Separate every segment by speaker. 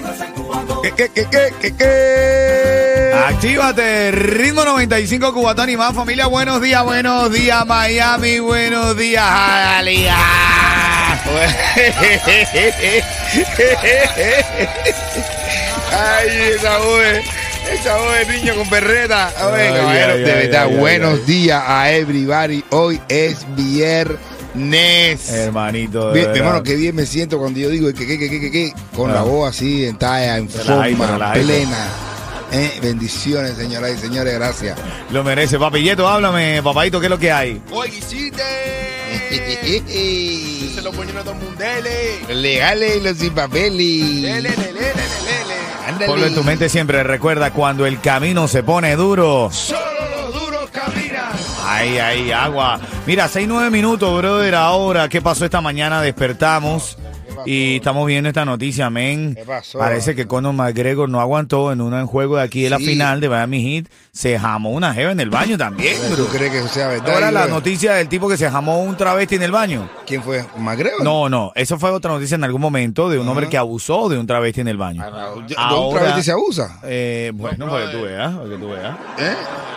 Speaker 1: los encubados.
Speaker 2: Eh.
Speaker 3: ¿Qué, qué, qué, qué, qué, qué?
Speaker 2: Actívate, ritmo 95 Cubatón y más familia. Buenos días, buenos días, Miami, buenos días, Jalía. Ay, esa voz, esa voz de niño con perreta. Ah, A ver,
Speaker 3: Ay,
Speaker 2: caballero,
Speaker 3: ay,
Speaker 2: de
Speaker 3: ay,
Speaker 2: verdad,
Speaker 3: ay, ay,
Speaker 2: buenos
Speaker 3: ay.
Speaker 2: días a everybody. Hoy es viernes.
Speaker 3: Hermanito,
Speaker 2: Bien, mi hermano, qué bien me siento cuando yo digo que, que, que, que, que, que, con
Speaker 3: Ah.
Speaker 2: la voz así, en talla, en
Speaker 3: Relajadito,
Speaker 2: forma,
Speaker 3: relajadito.
Speaker 2: plena. Eh, bendiciones, señoras y señores, gracias.
Speaker 3: Lo merece. Papilleto, háblame, papadito, ¿qué es lo que hay?
Speaker 4: Hoy hiciste. Se lo ponen a todo el mundo. Dele.
Speaker 2: Legales y los sin
Speaker 4: Dele,
Speaker 2: papeles.
Speaker 4: dele, dele, dele.
Speaker 2: Ándale.
Speaker 3: Ponlo en tu mente siempre. Recuerda, cuando el camino se pone duro.
Speaker 4: Solo los duros caminan.
Speaker 3: Ay, ay, agua. Mira, 6, 9 minutos, brother. Ahora, ¿qué pasó esta mañana? Despertamos y estamos viendo esta noticia, men.
Speaker 2: ¿Qué pasó?
Speaker 3: Parece que Conor McGregor no aguantó en un juego de aquí de la
Speaker 2: Sí.
Speaker 3: final de Miami Heat. Se jamó una jeva en el baño también,
Speaker 2: ¿Tú
Speaker 3: bro.
Speaker 2: crees que eso sea verdad?
Speaker 3: Ahora la
Speaker 2: Igor?
Speaker 3: noticia del tipo que se jamó un travesti en el baño.
Speaker 2: ¿Quién fue? ¿Magreo?
Speaker 3: No, no, eso fue otra noticia en algún momento de un hombre que abusó de un travesti en el baño.
Speaker 2: ¿Un
Speaker 3: Ahora-
Speaker 2: travesti se abusa?
Speaker 3: Eh, bueno, para que tú veas, para que tú veas.
Speaker 2: ¿Eh?
Speaker 3: Ah.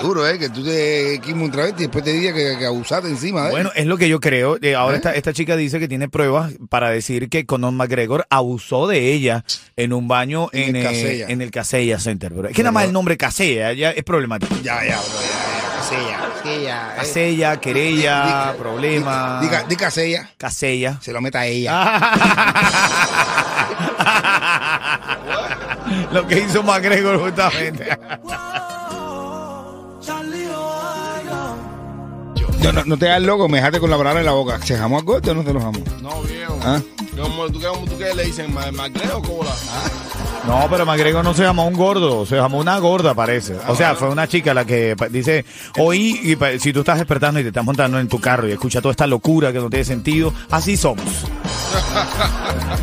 Speaker 2: Seguro, ¿eh? Que tú te quimes un travesti y después te diga que, que abusaste encima de él.
Speaker 3: Bueno, es lo que yo creo. Eh, ahora esta, esta chica dice que tiene pruebas para decir que Conor McGregor abusó de ella en un baño
Speaker 2: En
Speaker 3: en,
Speaker 2: el
Speaker 3: eh,
Speaker 2: Casella.
Speaker 3: en el Casella Center. Bro. Es que nada más el nombre Casella ya es problemático.
Speaker 2: Ya, ya, bro, ya, ya. Sí, ya, sí, ya. eh.
Speaker 3: Casella, querella,
Speaker 2: Diga-
Speaker 3: Ah, problema. Ah.
Speaker 2: Diga, diga sella,
Speaker 3: Casella.
Speaker 2: se lo meta a ella.
Speaker 3: lo que hizo McGregor justamente.
Speaker 2: No, no, no te hagas loco, me dejaste con la palabra en la boca. ¿Se jamó a corte o no se lo jamó?
Speaker 4: No, viejo.
Speaker 2: ¿Ah?
Speaker 4: Como tú que como tú que le dicen, ¿ma- ¿magreo o cola?
Speaker 3: Ah. No, pero McGregor no se llamó un gordo, se llamó una gorda, parece. O sea, fue una chica la que pa- dice, oí, y pa- si tú estás despertando y te estás montando en tu carro y escucha toda esta locura que no tiene sentido, así somos.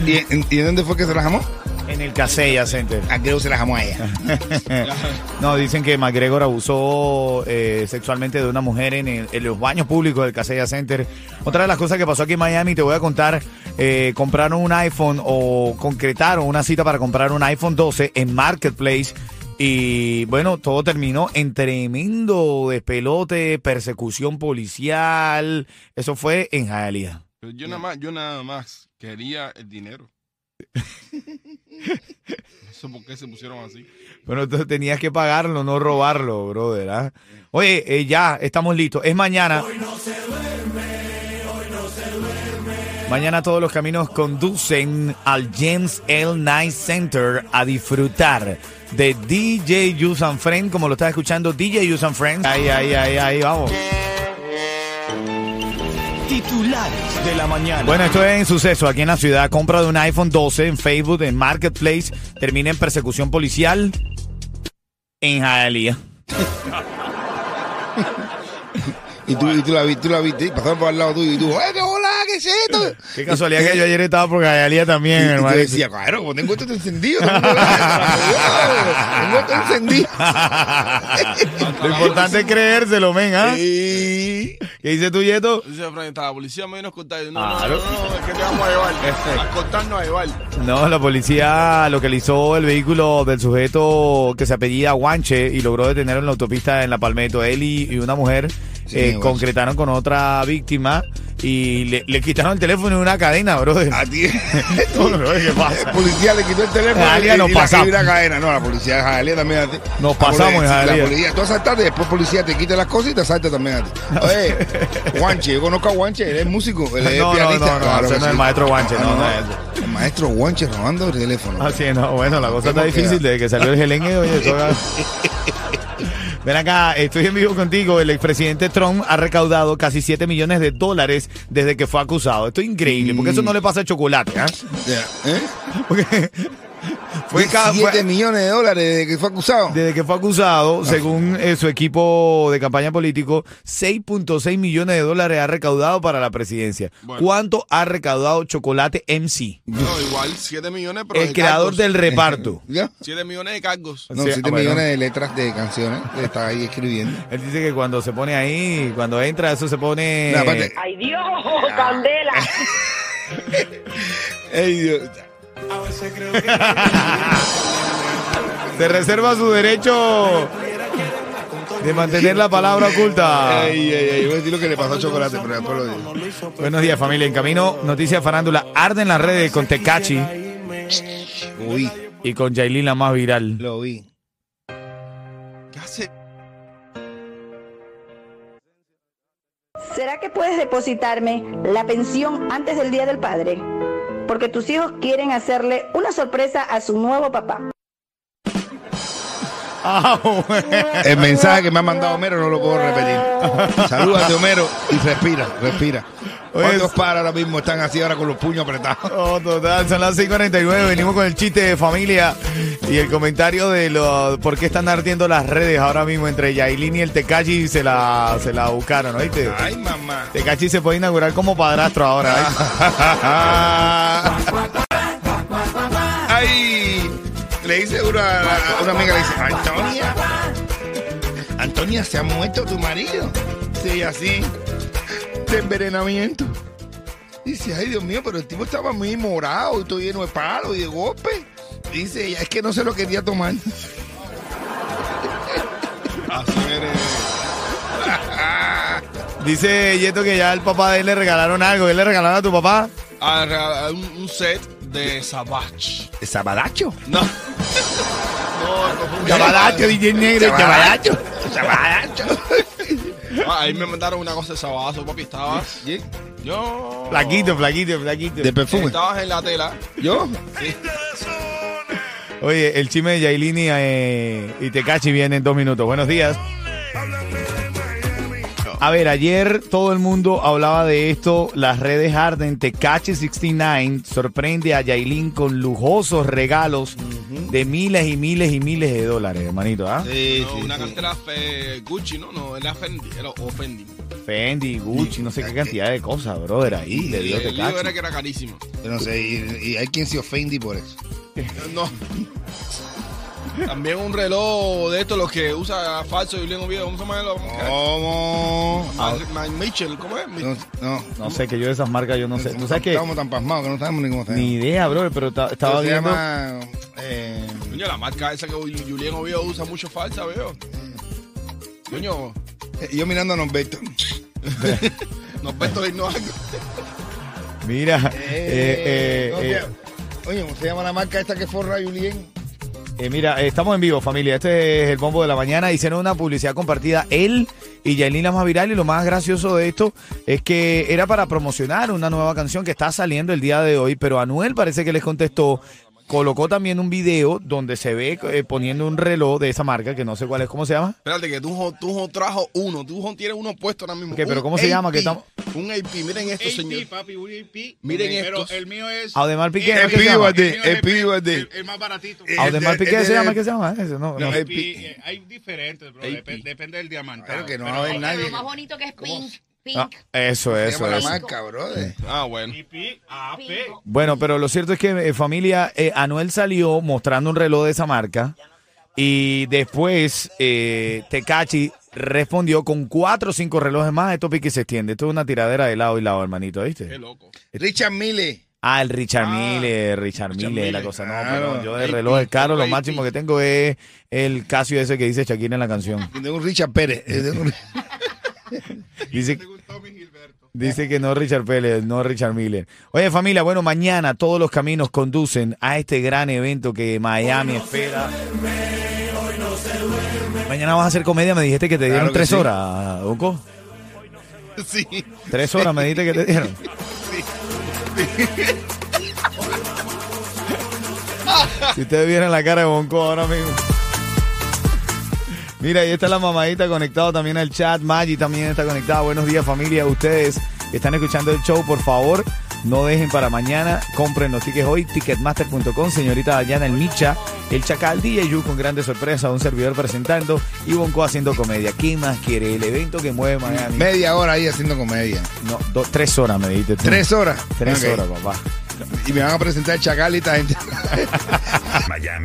Speaker 2: ¿Y, en- y en dónde fue que se la jamó?
Speaker 3: En el Casella Center.
Speaker 2: A Grego se la jamó a ella.
Speaker 3: no, dicen que McGregor abusó eh, sexualmente de una mujer en, el- en los baños públicos del Casella Center. Otra de las cosas que pasó aquí en Miami, te voy a contar, eh, compraron un iPhone o concretaron una cita para comprar un iPhone 12 en Marketplace. Y bueno, todo terminó en tremendo despelote, persecución policial. Eso fue en Hialeah.
Speaker 4: Pero yo nada más, yo nada más quería el dinero. No sé por qué se pusieron así.
Speaker 3: Bueno, tú tenías que pagarlo, no robarlo, brother. ¿ah? Oye, eh, ya, estamos listos. Es mañana. Mañana todos los caminos conducen al James L. Knight Center a disfrutar de DJ Youth and Friends, como lo estás escuchando, DJ Youth and Friends. Ahí, ahí, ahí, ahí, vamos.
Speaker 5: Titulares de la mañana.
Speaker 3: Bueno, esto es en suceso aquí en la ciudad. Compra de un iPhone 12 en Facebook, en Marketplace. Termina en persecución policial en Hialeah.
Speaker 2: Y tú, y tú la viste, tú la viste, y pasaron por al lado tuyo y tú, ¡eh, qué hola, qué es esto!
Speaker 3: Qué casualidad que yo ayer estaba por Gallalía
Speaker 2: Y,
Speaker 3: también,
Speaker 2: y tú
Speaker 3: hermano.
Speaker 2: decías, claro, como tengo esto encendido. Tengo esto encendido.
Speaker 3: Lo importante es creérselo, men, ¿ah?
Speaker 2: Sí.
Speaker 3: ¿Qué dice tu yeto?
Speaker 4: Dice Frank, está la policía me vino a cortar. Yo, No,
Speaker 3: Claro. Este.
Speaker 4: no, no, no, es que te vamos a llevar. A cortarnos a llevar.
Speaker 3: No, la policía localizó el vehículo del sujeto que se apellida Guanche y logró detenerlo en la autopista en La Palmetto. Él y, y una mujer
Speaker 2: Sí,
Speaker 3: eh,
Speaker 2: Guanche.
Speaker 3: concretaron con otra víctima y le, le quitaron el teléfono y una cadena, brother.
Speaker 2: A ti.
Speaker 3: No, no, ¿qué pasa?
Speaker 2: El Eh, policía le quitó el teléfono
Speaker 3: Jalía,
Speaker 2: y,
Speaker 3: nos
Speaker 2: y la-
Speaker 3: pasamos.
Speaker 2: y la cadena. No, la policía de Jalía también a ti.
Speaker 3: Nos
Speaker 2: La
Speaker 3: pasamos en
Speaker 2: policía-
Speaker 3: Jalía.
Speaker 2: La policía, tú asaltaste, después policía te quita las cosas y te asalta también a ti. Oye, Guanche, yo conozco a Guanche, él es músico, él es
Speaker 3: No, no,
Speaker 2: pianista.
Speaker 3: no, no,
Speaker 2: Claro
Speaker 3: ese
Speaker 2: que Ah,
Speaker 3: no es el maestro Guanche, no, no es Ah,
Speaker 2: El maestro Guanche robando el teléfono.
Speaker 3: Así es, no, bueno, la cosa está
Speaker 2: ¿Cómo
Speaker 3: difícil
Speaker 2: queda?
Speaker 3: desde que salió el gelengue, oye, eso va- Ven acá, estoy en vivo contigo. El expresidente Trump ha recaudado casi 7 millones de dólares desde que fue acusado. Esto es increíble, porque eso no le pasa a chocolate, ¿ah?
Speaker 2: Ya, ¿eh?
Speaker 3: Porque Fue ca-
Speaker 2: 7
Speaker 3: fue-
Speaker 2: millones de dólares desde que fue acusado.
Speaker 3: Desde que fue acusado, según eh, su equipo de campaña político, 6.6 millones de dólares ha recaudado para la presidencia.
Speaker 4: Bueno.
Speaker 3: ¿Cuánto ha recaudado Chocolate MC?
Speaker 4: No, igual 7 millones, pero
Speaker 3: El
Speaker 4: de
Speaker 3: creador
Speaker 4: cargos.
Speaker 3: del reparto.
Speaker 2: ¿Ya?
Speaker 4: 7 millones de cargos.
Speaker 2: No,
Speaker 3: Sí,
Speaker 2: 7
Speaker 3: bueno.
Speaker 2: millones de letras de canciones le está ahí escribiendo.
Speaker 3: Él dice que cuando se pone ahí, cuando entra, eso se pone...
Speaker 2: No, aparte- Ah.
Speaker 6: ¡Ay, Dios! ¡Candela!
Speaker 2: Ey, Dios.
Speaker 3: Se reserva su derecho de mantener la palabra oculta.
Speaker 2: Ey, ey, ey, voy a decir lo que le pasó a Chocolate, pero después lo digo.
Speaker 3: Buenos días, familia. En camino, Noticias Farándula. Arden las redes con Tecachi
Speaker 2: Uy,
Speaker 3: y con Yailin, la más viral.
Speaker 2: lo vi.
Speaker 4: ¿Qué hace?
Speaker 7: ¿Será que puedes depositarme la pensión antes del Día del Padre? Porque tus hijos quieren hacerle una sorpresa a su nuevo papá.
Speaker 2: Ah, El mensaje que me ha mandado Homero no lo puedo repetir. Salúdate, Homero, y respira, respira.
Speaker 3: Oye,
Speaker 2: ¿Cuántos
Speaker 3: es-
Speaker 2: padres ahora mismo están así ahora con los puños apretados?
Speaker 3: Oh, total, son las 6.49, venimos con el chiste de familia y el comentario de lo, por qué están ardiendo las redes ahora mismo entre Yailin y el Tecachi se la, se la buscaron, ¿oíste?
Speaker 2: Ay, mamá.
Speaker 3: Tecachi se puede inaugurar como padrastro ahora. ¿eh?
Speaker 2: Ay, le dice una, a una amiga, le dice, Antonia, Antonia, se ha muerto tu marido. Sí, así, de envenenamiento. Dice, ay, Dios mío, pero el tipo estaba muy morado y todo lleno de palo y de golpe. Dice, ella, es que no se lo quería tomar.
Speaker 4: Así eres.
Speaker 3: Dice Yeto que ya el papá de él le regalaron algo, ¿qué le regalaron a tu papá?
Speaker 4: Arra- un, un set de Savage.
Speaker 2: ¿Sabadacho?
Speaker 4: No. no, no
Speaker 3: Chavalacho, DJ Negro, chavalacho.
Speaker 2: ¿Sabadacho? ¿Sabadacho?
Speaker 4: Ah, ahí me mandaron una cosa de sabazo, papi. Estabas. Yo. eh,
Speaker 3: Flaquito, flaquito, flaquito.
Speaker 2: ¿De perfume?
Speaker 4: Estabas en la tela.
Speaker 2: ¿Yo?
Speaker 3: Oye, el chisme de Yailin y, eh, y Tecachi viene en dos minutos. Buenos días. A ver, ayer todo el mundo hablaba de esto. Las redes arden. Tecachi 69 sorprende a Yailin con lujosos regalos de miles y miles y miles de dólares, hermanito. ¿ah?
Speaker 2: Sí,
Speaker 4: No, una cartera fe- Gucci, ¿no? No, era Fendi. Era o Fendi.
Speaker 3: Fendi, Gucci, no sé qué cantidad de cosas, brother. Ahí le
Speaker 4: Y
Speaker 3: dio
Speaker 4: el libro era
Speaker 3: Tecachi.
Speaker 4: que era carísimo.
Speaker 2: Yo no sé, y, y hay quien se ofende por eso.
Speaker 4: No. También un reloj de estos, los que usa falso y bien video. ¿Cómo se llama el reloj?
Speaker 2: ¿Cómo?
Speaker 3: Ah,
Speaker 2: Ah,
Speaker 4: Mar- Mar- Mitchell, ¿cómo es?
Speaker 2: No, no.
Speaker 3: No sé, que yo de esas marcas yo no sé. ¿Tú sabes qué?
Speaker 2: Estamos tan pasmados que no sabemos ni cómo se
Speaker 3: Ni
Speaker 2: llama.
Speaker 3: idea, brother, pero ta- estaba
Speaker 2: Eso se
Speaker 3: viendo...
Speaker 2: llama. eh,
Speaker 4: Coño, la marca esa que Julián Oviedo usa mucho falsa, veo.
Speaker 2: Mm.
Speaker 4: Coño,
Speaker 2: eh, yo mirando a Norberto.
Speaker 4: nos ves todos no algo.
Speaker 3: Mira, eh, eh,
Speaker 2: no,
Speaker 3: eh,
Speaker 2: tío. Oye, ¿cómo se llama la marca esta que forra Julien?
Speaker 3: Eh, mira, eh, estamos en vivo, familia. Este es el bombo de la mañana. Hicieron una publicidad compartida él y Yailin la más viral. Y lo más gracioso de esto es que era para promocionar una nueva canción que está saliendo el día de hoy. Pero Anuel parece que les contestó. Colocó también un video donde se ve eh, poniendo un reloj de esa marca, que no sé cuál es, ¿cómo se llama?
Speaker 4: Espérate, que Tunjo, Tunjo trajo uno. Tunjo tiene uno puesto ahora mismo.
Speaker 3: Ok, pero
Speaker 4: Un
Speaker 3: ¿cómo se llama?
Speaker 4: AP,
Speaker 3: Que estamos-
Speaker 4: Un AP, miren esto, señor.
Speaker 8: papi, un AP.
Speaker 4: Miren
Speaker 8: pero
Speaker 4: estos.
Speaker 8: el mío es
Speaker 3: Audemars Piqué. ¿no?
Speaker 8: El
Speaker 3: ¿Qué se
Speaker 8: mío
Speaker 3: llama? Ah,
Speaker 2: Piqué.
Speaker 8: el mío es
Speaker 2: El pivo es de-
Speaker 8: el- el más baratito.
Speaker 3: Audemars
Speaker 2: el Eh, de-
Speaker 3: Piqué
Speaker 2: el
Speaker 3: se
Speaker 2: de-
Speaker 3: llama, ¿qué se llama? Ese, no, no.
Speaker 8: El
Speaker 2: el
Speaker 8: AP,
Speaker 2: pi-
Speaker 8: eh, hay diferentes, bro,
Speaker 4: AP.
Speaker 8: dep- depende del diamante.
Speaker 2: Claro que no va a haber nadie.
Speaker 9: Lo más bonito que es Pink. Pink.
Speaker 3: Ah, eso,
Speaker 2: Se
Speaker 3: eso,
Speaker 2: llama la
Speaker 3: eso.
Speaker 2: marca, brother.
Speaker 4: Ah, bueno.
Speaker 8: AP, AP.
Speaker 9: Pingo.
Speaker 3: Bueno, pero lo cierto es que eh, familia, eh, Anuel salió mostrando un reloj de esa marca y después eh, Tecachi respondió con cuatro o cinco relojes más. Esto pique y se extiende. Esto es una tiradera de lado y lado, hermanito,
Speaker 4: Qué
Speaker 3: ¿viste?
Speaker 4: loco.
Speaker 2: Richard Mille.
Speaker 3: Ah, el Richard
Speaker 4: Ah,
Speaker 3: Mille, Richard,
Speaker 4: Richard
Speaker 3: Mille, la
Speaker 4: Mille,
Speaker 3: cosa. No,
Speaker 2: claro.
Speaker 3: pero yo de
Speaker 4: AP,
Speaker 3: relojes caros, lo
Speaker 4: AP.
Speaker 3: máximo que tengo es el Casio ese que dice Shakira en la canción.
Speaker 2: De un Richard Pérez. eh, de un-
Speaker 3: Dice, dice que no Richard Pérez, no Richard Miller. Oye, familia, bueno, mañana todos los caminos conducen a este gran evento que Miami espera. Mañana vas a hacer comedia, me dijiste que te dieron
Speaker 2: Claro que
Speaker 3: tres
Speaker 2: sí.
Speaker 3: horas, Oco.
Speaker 4: Sí.
Speaker 3: Tres horas me dijiste que te dieron. Si ustedes vieran la cara de Bonco ahora mismo. Mira, ahí está la mamadita conectado también al chat. Maggi también está conectada. Buenos días, familia. Ustedes que están escuchando el show, por favor, No dejen para mañana, compren los tickets hoy, ticketmaster.com, señorita Dayana El Micha, El Chacal, DJ Yu con grandes sorpresas, un servidor presentando y Bonco haciendo comedia. ¿Quién más quiere? El evento que mueve Miami.
Speaker 2: Media hora ahí haciendo comedia.
Speaker 3: No, do- tres horas me dijiste. tú.
Speaker 2: Tres horas.
Speaker 3: Tres
Speaker 2: Ok.
Speaker 3: horas, papá.
Speaker 2: Y me van a presentar Chacal y esta gente.
Speaker 10: Miami.